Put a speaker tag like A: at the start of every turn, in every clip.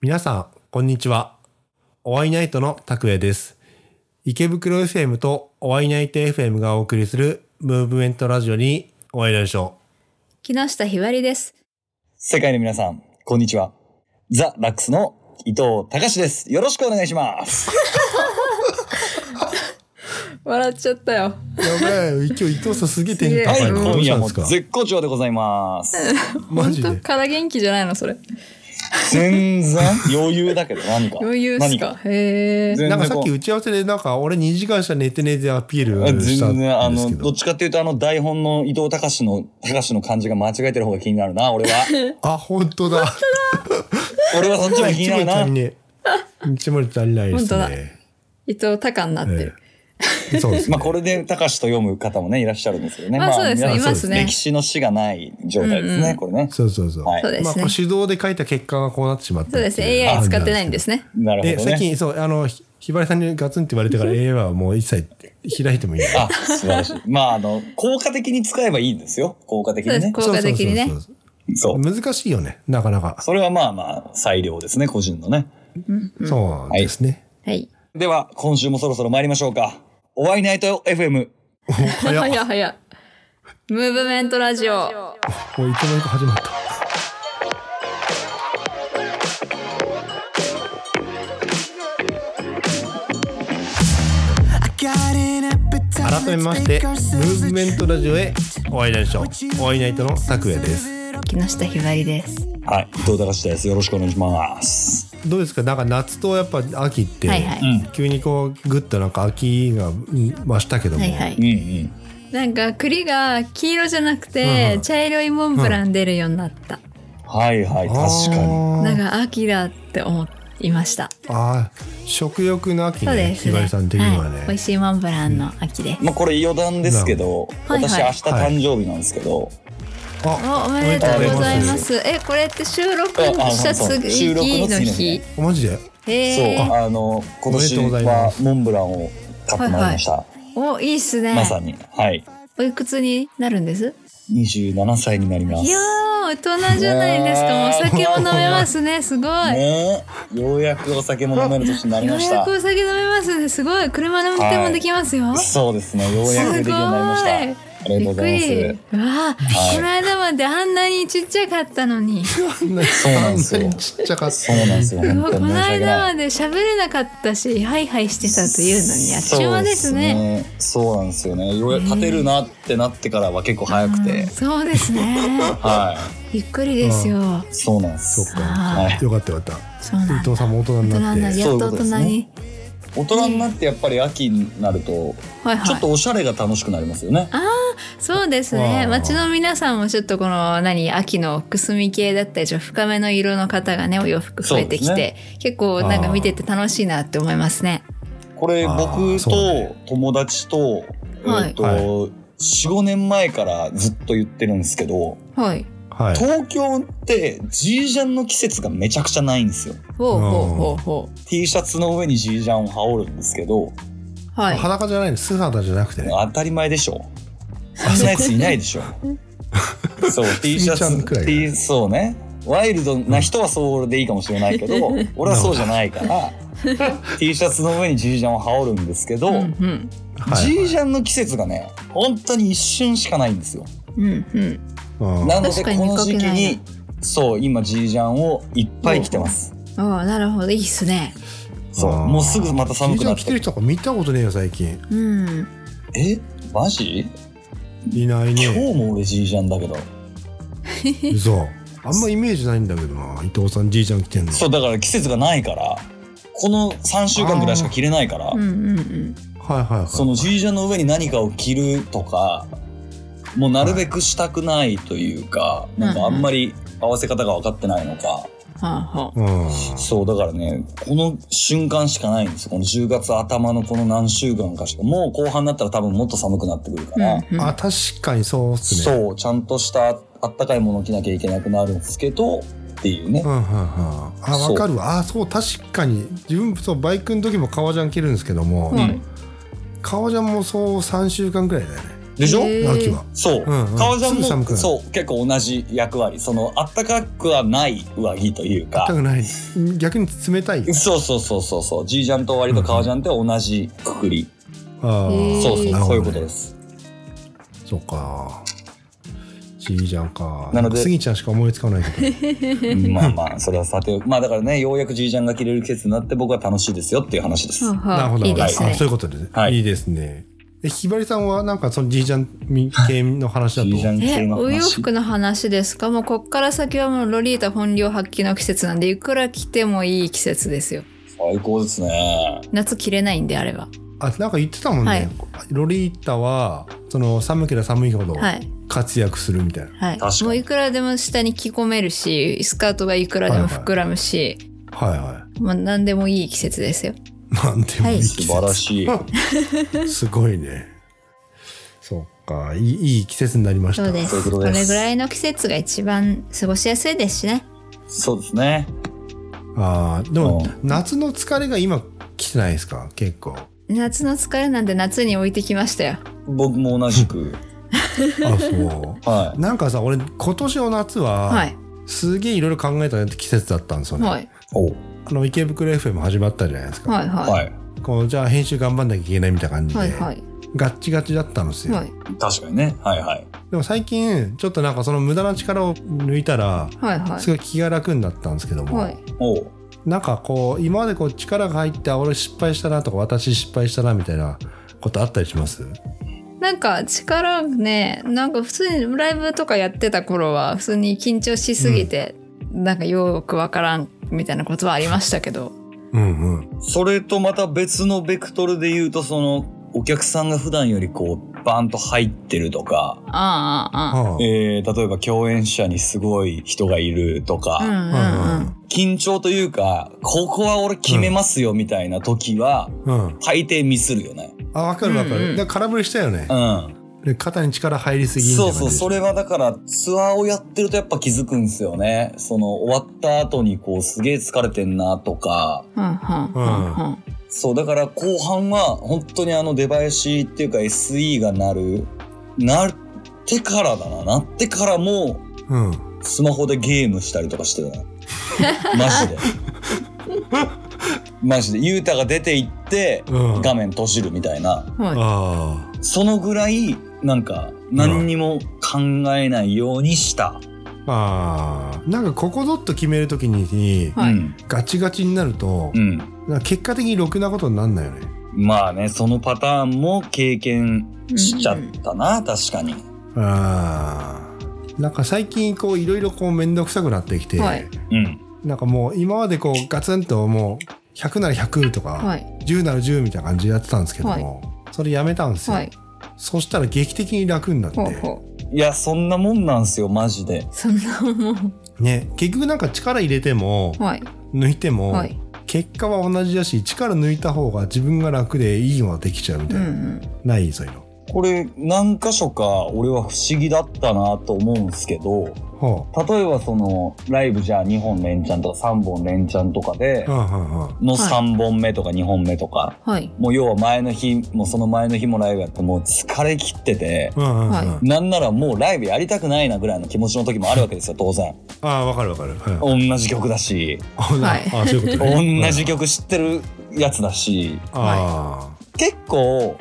A: 皆さん、こんにちは。おワイナイトの拓也です。池袋 FM とおワイナイト FM がお送りするムーブメントラジオにお会いでしょ
B: 木下ひばりです。
C: 世界の皆さん、こんにちは。ザ・ラックスの伊藤隆です。よろしくお願いします。
B: 笑っちゃったよ。
A: う。やばい、今日伊藤さんすげえテンション
C: はい、
A: 高いの。
C: 今夜も
A: どうしたんで
C: 絶好調でございます。
A: すかマ
B: 本
A: ジ
B: 当
A: で。
B: から元気じゃないのそれ。
C: 全然余裕だけど、何か。
B: 余裕っす
C: 何
B: か。へえ。
C: 全
A: なん
C: 然
A: かさっき
C: こ
A: 打ち合わせでなんか俺2時間した寝て寝てアピー
C: う
A: ルした
C: 全
A: ん
C: 然、あ
A: ですけ
C: の、ど
A: ど
C: っ。ちかっていうと、あの、台本の伊藤隆の、隆の漢字が間違えてる方が気になるな、俺は。
A: あ、本当だ。
C: 俺はそっちも気に
A: 一
C: な
A: 文
C: る
A: 字足り
C: な。
A: ねえ。一文字足りないですね。
B: 伊藤鷹になってる。
A: ええそうですね。
C: まあ、これで隆と読む方もね、いらっしゃるんですけどね。
B: あそうですね
C: 皆さん
B: いますね
C: 歴史の死がない状態です
B: うんう
C: ね、
B: ん
C: これね。
A: そうそうそう。
C: はい
B: そうで
A: まあ、
B: す
A: こ
B: ね
A: れ。手動で書いた結果がこうなってしまった。
B: そうです。AI 使ってないんですすね。
C: なるほど
A: で
C: ね。
A: 最近そうあのひひばりさんにガツンって言われてから AI はもう一切開いてもいいよ。
C: あ、素晴らしい。まあ、あの、効果的に使えばいいんですよ。効果的にね
B: そ。効果的にね
A: そうそう
C: そ
A: そう
C: う。
A: そう難しいよねなかなか、
C: それはまあまあ、裁量ですね、個人のね。
A: そうなんですね。
B: はい。
C: では、今週もそろそろ参りましょうか。お会いナイト FM。
A: お早っ
B: はやはや。ムーブメントラジオ。
A: もういつの間にか始まった。改めましてムーブメントラジオへお会いでしょう。お会いナイトの拓也です。
B: 木下ひばりです。
C: はい、伊藤隆です。よろしくお願いします。
A: どうですかなんか夏とやっぱ秋って、
B: はいはい
C: うん。
A: 急にこうグッとなんか秋がうん増したけども、
B: はいは
C: う
B: い。
C: んうん。
B: なんか栗が黄色じゃなく
A: うんう
B: て
A: ん
B: 茶色いモンブラン出るようになった。
C: はいはい、
A: あ
C: 確かに。
A: ー
B: なんか秋だって思いました。
A: あー食欲の秋
B: そう
A: ね
B: です
A: ひば
B: ね。
A: りさん的には
B: は
A: ね、
B: い美味しいモンブランの秋です。
C: まあ、これ余談ですけど、
B: なるほど
C: 私
B: はいは
C: 明
B: い
C: 日誕生日なんですけど、
A: あ
B: おおめでとうございま。
C: おめでとうございます
B: え、これって収録
C: あ
B: した
C: そうそう
B: 次
C: 収録の
B: の
C: 次の
B: 日
C: 日。
A: マジで
B: へ
C: そう、
B: ー
C: あの、今年
A: おめでとうございま
C: は
A: す
C: モンブランを買ってまいりました。
B: お、いいっすね。
C: まさに。はい。
B: おいくつになるんです？
C: 27歳になりま
B: い
C: す
B: や。ー、大人じゃないですか。
C: ね
B: もう
C: ー
B: お酒も飲めますね。すごい。
C: ねえ、ようやくお酒も飲める年になり
B: よ
C: ま
B: う
C: し
B: や
C: た
B: く。お酒飲めますね。すごい。車の運転もできますよ。
C: そうですね、ようやくできるようになりました。あ
B: す
C: りがと
B: びっ
C: うご
B: く
C: ざい
B: り。わあ、
C: い
B: この間まであんなにちっちゃかったのに。す
A: あんな
C: そうなんですよ
A: あんなにちっちゃかっ
C: ます。そうなんですよ、
B: ごい
C: 本
B: こ
C: 当に 申
B: の
C: し
B: 間
C: 訳な
B: ま
C: い。
B: で喋れなかったし、ハイハイしてたというのに、あっちゅう間ですね。
C: そうですね。そうなんですよね。ようやく立てるなってなってからは結構早くて。
B: そうですね。
C: は
B: びっくりですよ。
C: い。そうなんで
A: そ
C: す。
A: うか、
B: はい
A: よかったよかっ
B: そ
A: た伊
B: うなんだ。
A: 藤さんも大人に
B: 大人
A: な
B: に
A: っ
B: な
A: て
B: り、
C: そ
B: や
C: うい
B: っ
C: うこ
B: 大人
C: ととですね
B: に。
C: 大人になってやっぱり秋になると、
B: はい
C: ち
B: は
C: ょっと
B: い。
C: おしゃれが楽しくなりますよね。
B: そうです
A: あ
B: ね。
A: ー
B: 街の皆さんもちょっとこの、何、秋のくすみ系だったり、ちょっと深めの色の方がね、お洋服増えてき
C: そ
B: て、
C: うで
B: 結構なんか見てて楽しいなって思いますね。
C: これ
A: あー
C: 僕
A: そう
C: と
A: ね
C: 友達と、
B: はい
C: えっと、
A: はい
C: 4、5年前からずっと言ってるんですけど、
B: はい。
A: はい
C: 東京ってジージャンの季節がめちゃくちゃないんですよ。
B: ほう
A: うん
B: ほうほうほ
C: T シャツの上にジージャンを羽織るんですけど、
B: う。はい。
A: 裸じゃないの素肌じゃなくてね
C: 当たり前でしょ。そんなやついないでしょ。そう、T シャ
A: スイちゃん
C: ツ、
A: くらいだ
C: T、そうね。ワイルドな人はそうでいいかもしれないけど、俺はそうじゃないから、T シャツの上にジージャンを羽織るんですけど、
B: うんうん。
A: は
C: ジー
A: い
C: ジャンの季節がね、本当に一瞬しかないんですよ。
B: うんう
A: う
B: ん。
A: ん
C: なので
B: 確かに
C: この時期
B: 見かけない
C: に、そう、今ジージャンをいっぱい着てます。
B: ああ、なるほど。いいっすね。
C: そう、
A: あー
C: もうすぐまた寒くな
A: ジージャ
C: っ
A: ン着
C: て
A: てる人とか見たことねえよ最近
B: うん。
C: えマジ
A: いない
C: 今日
A: ね
C: も俺ジージャンだけど、
A: 嘘あんまイメージないんだけどな伊藤さんじいちゃん着てんの
C: そうだから季節がないからこの3週間ぐらいしか着れないから
B: うんうんうん。
A: はいはいはい
C: そのジージャンの上に何かを着るとかもうなるべくしたくないというか、
B: い
C: なんかあんまり合わせ方が分かってないのか、
B: はあは
A: うん
C: そうだからねこの瞬間しかないんですよこの10月頭のこの何週間かしかもう後半になったら多分もっと寒くなってくるか
B: あ。う
C: ら、
B: んうん。
A: あ確かにそうっすね
C: そうちゃんとしたあったかいものを着なきゃいけなくなるんですけどっていうね
A: うんうんうん、あ
C: そう
A: 分かるわあそう確かに自分そうバイクの時も革ジャン着るんですけども、
B: はい
A: 革ジャンもそう3週間くらいだよね
C: でしょ
B: へー
A: 秋は。
C: そう、
A: うんうん
C: 革ジャ
A: すぐ
C: ン
A: 寒くな
C: も
A: る
C: そう結構同じ役割そのあったかくはない上着というか
A: たくない。逆に冷たいよ。
C: そうそうそうそうそう G ジャンと割と革ジャンって同じくくり、
A: あ
B: へ
A: あ、
B: ー
C: そうそう
A: なる
C: そ
A: ほ
C: う
A: ど
C: いう
A: ね
C: ことです
A: そうか。いいじゃんか。
C: なので
A: スギちゃんしか思いつかない けど。
C: まあまあそれはさておきまあだからねようやく G ジャンが着れる季節になって僕は楽しいですよっていう話です、
B: は
A: なる
B: あ
A: ほ
B: は
A: ど。
B: あ、いいです
A: あ
B: ね
A: そう。いうことでね。
C: はい
A: いいですね。え、ひばりさんはなんかそのじいちゃん系の話だ
C: G ジャ
A: と。
C: ン系
B: え、
C: の
B: お洋
C: 話
B: 服の話ですかもうこっから先はもうロリータ本領発揮の季節なんで、いくら着てもいい季節ですよ。
C: 最高ですね
B: 夏着れないんであれば。
A: あ、なんか言ってたもんね。
B: はい
A: ロリータは、その寒ければ寒いほど
B: はい。
A: 活躍するみたいな。
B: はい
C: 確か。に
B: もういくらでも下に着込めるし、スカートがいくらでも膨らむし、
A: はい、はい。
B: もう何でもいい季節ですよ。
A: なんでもいい
C: 素晴らしい
A: い。すごいね。そっか。いいいい季節になりました。
B: そうで
C: そうい
B: す。
C: うこと
B: こ
C: です
B: れぐらいの季節が一番過ごしやすいですしね。
C: そうですね
A: ああ、でも
C: う
A: 夏の疲れが今来てないですか結 構。
B: 夏の疲れなんて夏に置いてきましたよ。
C: 僕も同じく
A: あ、そ
C: は
A: う。なんかさ、俺今年の夏は、
B: はい。
A: すげえいろいろ考えた季節だったんですよね。
B: はい。
C: いお
A: あの池袋 FM 始まったじゃないですか。
B: はい。は
C: はい
A: こうじゃあ編集頑張んなきゃいけないみたいな感
B: い。
A: じで、
B: はい。はい。
A: ガッチガチだったんですよ、
B: はい。
C: 確かにねはいはい
A: でも最近ちょっとなんかその無駄な力を抜いたら
B: はい。は
A: すごい気が楽になったんですけど
B: い。
A: も、
B: はい。
C: お
A: なんかこう今までこう力が入ってあ俺失敗したなとか私失敗したなみたいなことあったりします
B: なんか力ね、なんか普通にライブとかやってた頃は、普通に緊張しすぎて、なんかよくわからんみたいなことはありましたけど。
A: うんうん
C: それとまた別のベクトルで言うとそのお客さんが普段よりこうバンと入ってるとか、
B: ああ、あ
A: は
C: えー、例えば共演者にすごい人がいるとか、
B: あ。うん
A: あは
C: 緊張というかここは俺決めますよみたいな時は
A: うんうん
C: 大抵ミスるよね。
A: あ分かる分かる、
B: うんうん
A: だから空振りしたよね
C: う、ん、
A: で肩に力入りすぎみたい
C: そ
A: な
C: うそうそ
A: れ
C: れはだからツアーをやってるとやっぱ気づくんですよね。その終わった後にこうすげえ疲れてんなとか
B: うんうんうんうん
C: そう、だから後半は本当にあの出囃子っていうか SE がなる、なってからだな、なってからも
A: うん
C: スマホでゲームしたりとかしてた な。マジで。マジで。ユータが出て行って
A: うん
C: 画面閉じるみたい
B: は
C: な。
B: い。
A: あ
C: そのぐらいなんか何にも考えないようにした。
A: ーあーなんかここぞっと決めるときに
B: はい
C: うん。
A: ガチガチになると
C: う、ん。
A: なんか結果的にろくなことになんないよね
C: まあね、そのパターンも経験しちゃったな、確かに。
A: あーなんか最近こういろいろこう面倒くさくなってきて、
B: はい
C: うん。
A: なんかもう今までこうガツンともう100なら100とか、
B: はい。
A: 10なら10みたいな感じでやってたんですけども、それやめたんですよ、
B: はい。
A: そしたら劇的に楽になって
B: ほうほう。
C: いや、そんなもんなんすよ、マジで。
B: そんなも
A: ね結局なんか力入れても
B: ん。はい。
A: 抜いても、
B: はい。
A: 結果は同じだし力抜いた方が自分が楽でいいものができちゃうみ
B: う
A: たい
B: んう
A: な、
B: ん。
A: ないそういうの
C: これ何箇所か俺は不思議だったなと思うんすけど
A: ほ
C: 例えばそのライブじゃあ2本連チャンとか3本連チャンとかで
A: ううんうんうん
C: の
B: はい
C: 3本目とか2本目とか
B: はい。
C: もう要は前の日もその前の日もライブやってもう疲れ切ってて
A: うんうんうん
B: はい
C: なんならもうライブやりたくないなぐらいの気持ちの時もあるわけですよ当然
A: ああわかるわかる、うん
C: 同じ曲だし
B: はい
A: あそういうこと
C: 同
A: ね
C: じ曲知ってるやつだし
A: あ
C: 結構
A: あ、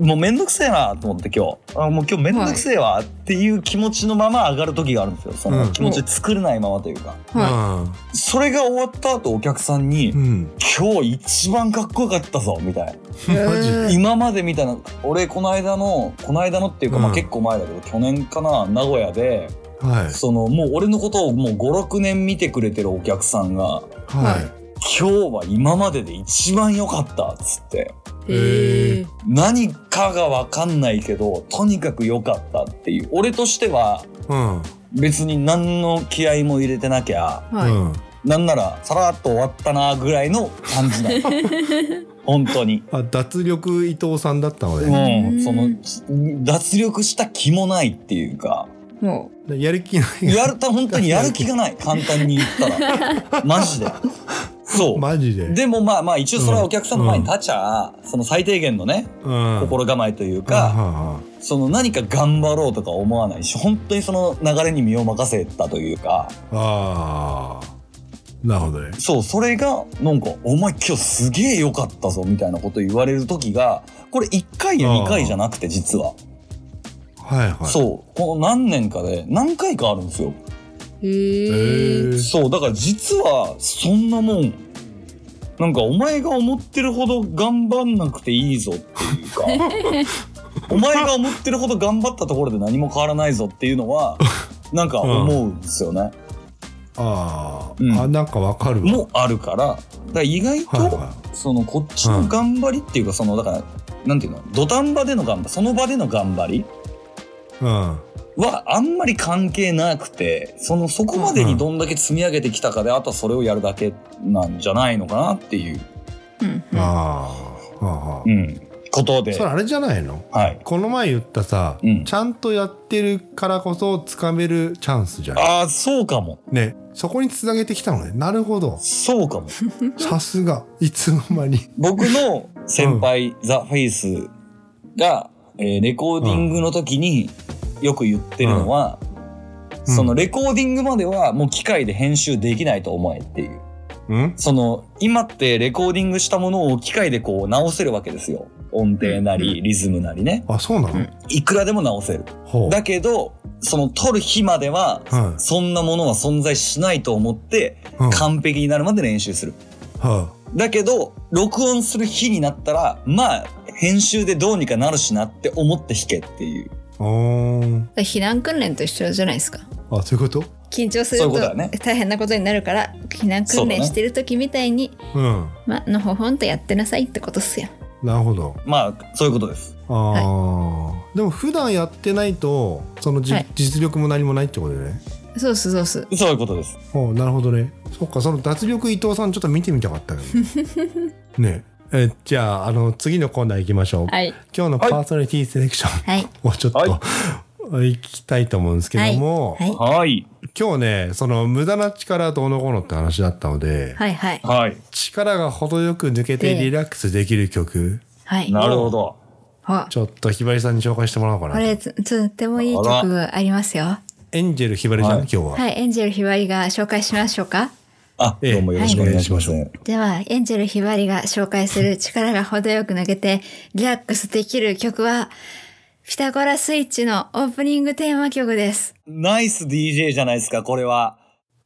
A: うん。
C: もうめんどくせえなと思って今日あもう今日めんどくせえわっていう気持ちのまま上がる時があるんですよその
A: うん
C: 気持ち作れないままというか、
B: は
C: それが終わった後お客さんに「
A: うん。
C: 今日一番かっこよかったぞ」みたいな、
B: い。
A: マジ
B: えー
C: 今までみたいな俺この間のこの間のっていうか、ま
A: う
C: あ
A: ん
C: 結構前だけど去年かな名古屋で
A: はい。
C: そのもう俺のことをもう56年見てくれてるお客さんが
A: はい。
C: 「今日は今までで一番良かった」っつって。
B: へえ。
C: 何かが分かんないけどとにかく良かったっていう俺としては
A: うん。
C: 別に何の気合も入れてなきゃ
B: は
A: うん。
C: なんならさらっと終わったなぐらいの感じなの本当に
A: あ、脱力伊藤さんだったので、
C: も
B: う
C: うんその脱力した気もないっていうか
B: い。も
A: やる気ない。
C: やるた本当にやる気がない簡単に言ったらマジでそう。
A: マジで。
C: でもまあまあ一応それはお客さんの前に立ちゃ、その最低限のね、
A: うん、
C: 心構えという
A: うん
C: か、
A: はんはん
C: その何か頑張ろうとか思わないし、本当にその流れに身を任せたというか、
A: ああ。なるほどね。
C: そう、それが、なんか、お前今日すげえ良かったぞ、みたいなこと言われる時が、これ1回や2回じゃなくて、実は。
A: はいはい。う。
C: そう、この何年かで何回かあるんですよ。
B: へ
A: え
B: ー
A: ー、
C: そう、だから実は、そんなもん、なんかお前が思ってるほど頑張んなくていいぞっていうか、 お前が思ってるほど頑張ったところで何も変わらないぞっていうのは、なんか思うんですよね。
A: あー、
C: うん
A: あ、なんかわかるわ。
C: もあるから、だから意外
A: はい
C: と、
A: は
C: そのこっちの頑張りっていうか、そのだからなんていうの土壇場での頑張りその場での頑張り
A: い。うん。
C: はあんまり関係なくてそのそこまでにどんだけ積み上げてきたかであとはそれをやるだけなんじゃないのかなっていう、
B: うん
A: ああ。はあはあ
C: うん、ことで
A: それあれじゃないの
C: はい
A: この前言ったさ、
C: うん
A: ちゃんとやってるからこそつかめるチャンスじゃん。
C: ああそうかも
A: ね、そこにつなげてきたのね。なるほど。
C: そうかも
A: さすが。いつの間に。
C: 僕の先輩、ザ・フェイスが、えーレコーディングの時によく言ってるのは、
A: うん
C: そのレコーディングまではもう機械で編集できないと思えっていう
A: うん
C: その今ってレコーディングしたものを機械でこう直せるわけですよ音程なりリズムなりね
A: あ、そうな
B: う
A: の
B: ん
C: いくらでも直せる
A: ほう。
C: だけどその撮る日までは
A: は
C: そんなものは存在しないと思って
A: い。うん
C: 完璧になるまで練習する
A: は
C: だけど録音する日になったらまあ編集でどうにかなるしなって思って弾けっていう
A: い。おー
B: 避難訓練と一緒じゃないですか
A: あ、そういうこと
B: 緊張する
C: そういうことだ
B: と
C: ね
B: 大変なことになるから避難訓練してる時みたいに、
A: うん。
B: まあのほほんとやってなさいってことっすよ
A: なるほど。
C: まあそういうことです
A: ああ、でも普段やってないとそのじ、
B: はい
A: 実力も何もないってことでね
B: そうっすそうっす
C: そういうことです
A: おうなるほどねそっかその脱力伊藤さんちょっと見てみたかったけど ねえじゃああの次のコーナー行きましょう、
B: はい
A: 今日のパーソナリティセレクション
B: はい
A: をちょっと、
C: は
A: 行きたいと思うんですけども、
B: はい
C: はい
A: 今日ねその無駄な力どうのこうのって話だったので、
B: はいはい
C: はい
A: 力が程よく抜けて
B: ええ
A: リラックスできる曲、
B: はい
C: なるほど
B: あ
A: ちょっとひばりさんに紹介してもらおうかな
B: これととってもいい曲ありますよ
A: エンジェルひばりさん、
C: はい
A: 今日は、
B: はいエンジェルひばりが紹介しましょうか
C: あどうもよろしくお願いします、
A: はい
B: ではエンジェルひばりが紹介する力が程よく抜けてリラックスできる曲はピタゴラスイッチのオープニングテーマ曲です
C: ナイス DJ じゃないですかこれは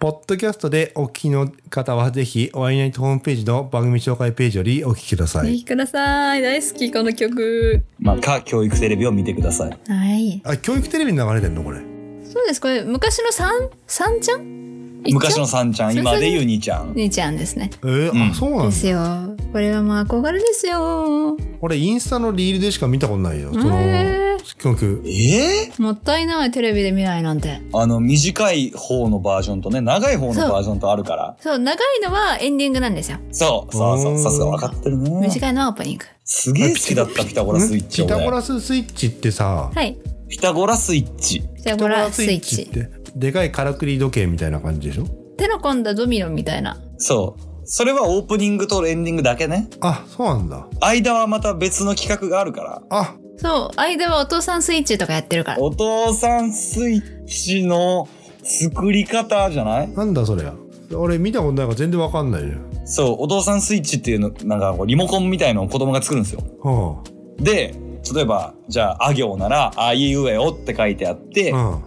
A: ポッドキャストでお聞きの方は、ぜひ、ワイナイトホームページの番組紹介ページよりお聞きくださ
B: お
A: い。
B: 聴きください大好きこの曲
C: まあ、か、教育テレビを見てください。
B: はい
A: あ、教育テレビに流れてんのこれ。
B: そうですこれ昔の三三ちゃん一
C: 昔
B: ちゃ
C: の
B: ん
C: さんちゃん、
B: それそ
C: 今
B: れ
C: でゆうにちゃん。
B: 二ちゃんですね
A: えー
C: うん
A: あ、そうなん
B: で
A: だ。
B: すよこれはもう憧れですよ
A: 俺、インスタのリールでしか見たことないよ。その、
B: え
A: 曲。
C: ええ
B: もったいないテレビで見ないなんて
C: あの、短い方のバージョンとね、長い方のバージョンとあるから。
B: そう長いのはエンディングなんですよ
C: そう、そうそうう、
A: ん
C: さすが分かってるね。
B: 短いのはオープニング
C: すげえ好きだった、ピタゴラスイッチ。
A: んピタゴ
C: 俺
A: ラススイッチってさ、
B: はい
C: ピタゴラスイッチ。
B: ピタゴラスイッ
A: ピ
B: チ
A: タゴラスイッチって、でかいからくり時計みたいな感じでしょ
B: 手の込んだドミノみたいな
C: そう。それはオープニングとエンディングだけね。
A: あ、そうなんだ。
C: 間はまた別の企画があるから。
A: あ、
B: そう間はお父さんスイッチとかやってるから
C: お父さんスイッチの作り方じゃない
A: なんだそれ。俺、見たことないから全然わかんないよ。
C: そう、お父さんスイッチっていうの、なんかこうリモコンみたいのを子供が作るんですよ。
A: は
C: で、例えば、じゃあ、あ行なら、あいうえおって書いてあって、
A: あ、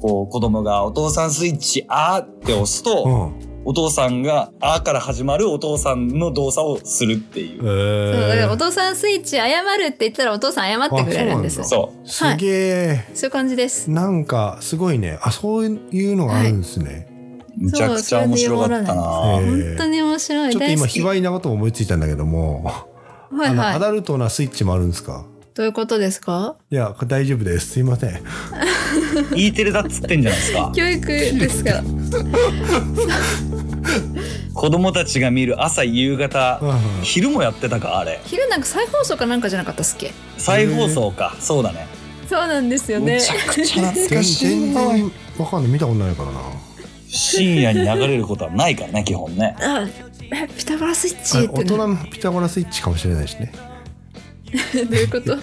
C: こう、子供がお父さんスイッチ、あーって押す
A: う
C: と、
A: ん。うん。
C: お父さんが、あーから始まるお父さんの動作をするっていう。
B: そうだから
A: え
B: お父さんスイッチ謝るって言ったらお父さん謝ってくれるんです
A: あ
B: そう
C: そう
A: ー、。すげえ。
B: いう感じです
A: なんかすごいねあそういうのがあるんですね、
C: むちゃくちゃ面白かった
A: へ
C: な
A: ー
B: 本当に面白い
A: ちょっと
B: 大
A: 今
B: 好
A: 卑
B: き
A: 猥なことを思いついたんだけども、
B: はい
A: あの
B: は
A: ア
B: い
A: ダルトなスイッチもあるんですか
B: どういうことですか
A: いや大丈夫ですすいません
C: E テレだっつってんじゃないですか。
B: 教育です から
C: 子供たちが見る朝、夕方
A: うん、
C: 昼もやってたか、あれ。
B: 昼なんか再放送かなんかじゃなかったっすっけ
C: 再放送か。そうだね。
B: そうなんですよ
C: む
B: ね
C: ちゃくちゃ懐かしい
A: 全
C: な。
A: 然わかんない見たことないからな
C: 深夜に流れることはないからね、基本ね。
B: あえピタゴラスイッ
A: あ
B: チ
A: れ
B: って
A: 大人のピタゴラスイッチかもしれないしね。
B: どういうこと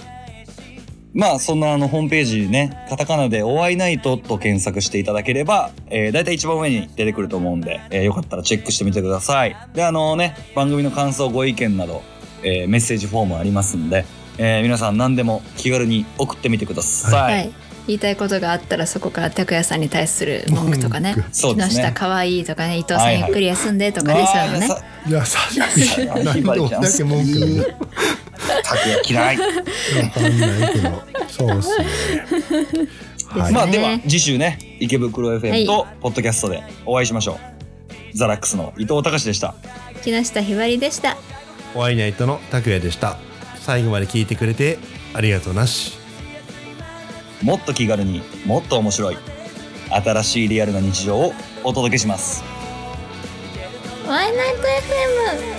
C: まあそんなあのホームページねカタカナで「お会いナイト」と検索していただければ、えー、大体一番上に出てくると思うんで、えーよかったらチェックしてみてくださいであのね番組の感想ご意見など、えーメッセージフォームありますんで、えー皆さん何でも気軽に送ってみてください、
B: はい、言いたいことがあったらそこから拓哉さんに対する文句とかね
A: 文
C: そうで
B: 木
C: すね
B: 下かわいいとかね伊藤さ
C: は
B: ん
C: い
B: ゆ
C: は
B: っ
C: い
B: くり休んでとかねそういうのね
C: さ
A: いや、さし
C: や
A: 何
C: ひばりちゃん
A: だけ文句なんだよ
C: たくや嫌い
A: わかんないけど。そうっすね。はい。
C: まあ
B: ね
C: では次週ね池袋 FM とポッドキャストでお会いしましょう、ザラックスの伊藤隆でした
B: 木下ひばりでした
A: お会いナイトの拓也でした。最後まで聞いてくれてありがとうなし。
C: もっと気軽にもっと面白い新しいリアルな日常をお届けします
B: 「ワイナイト FM」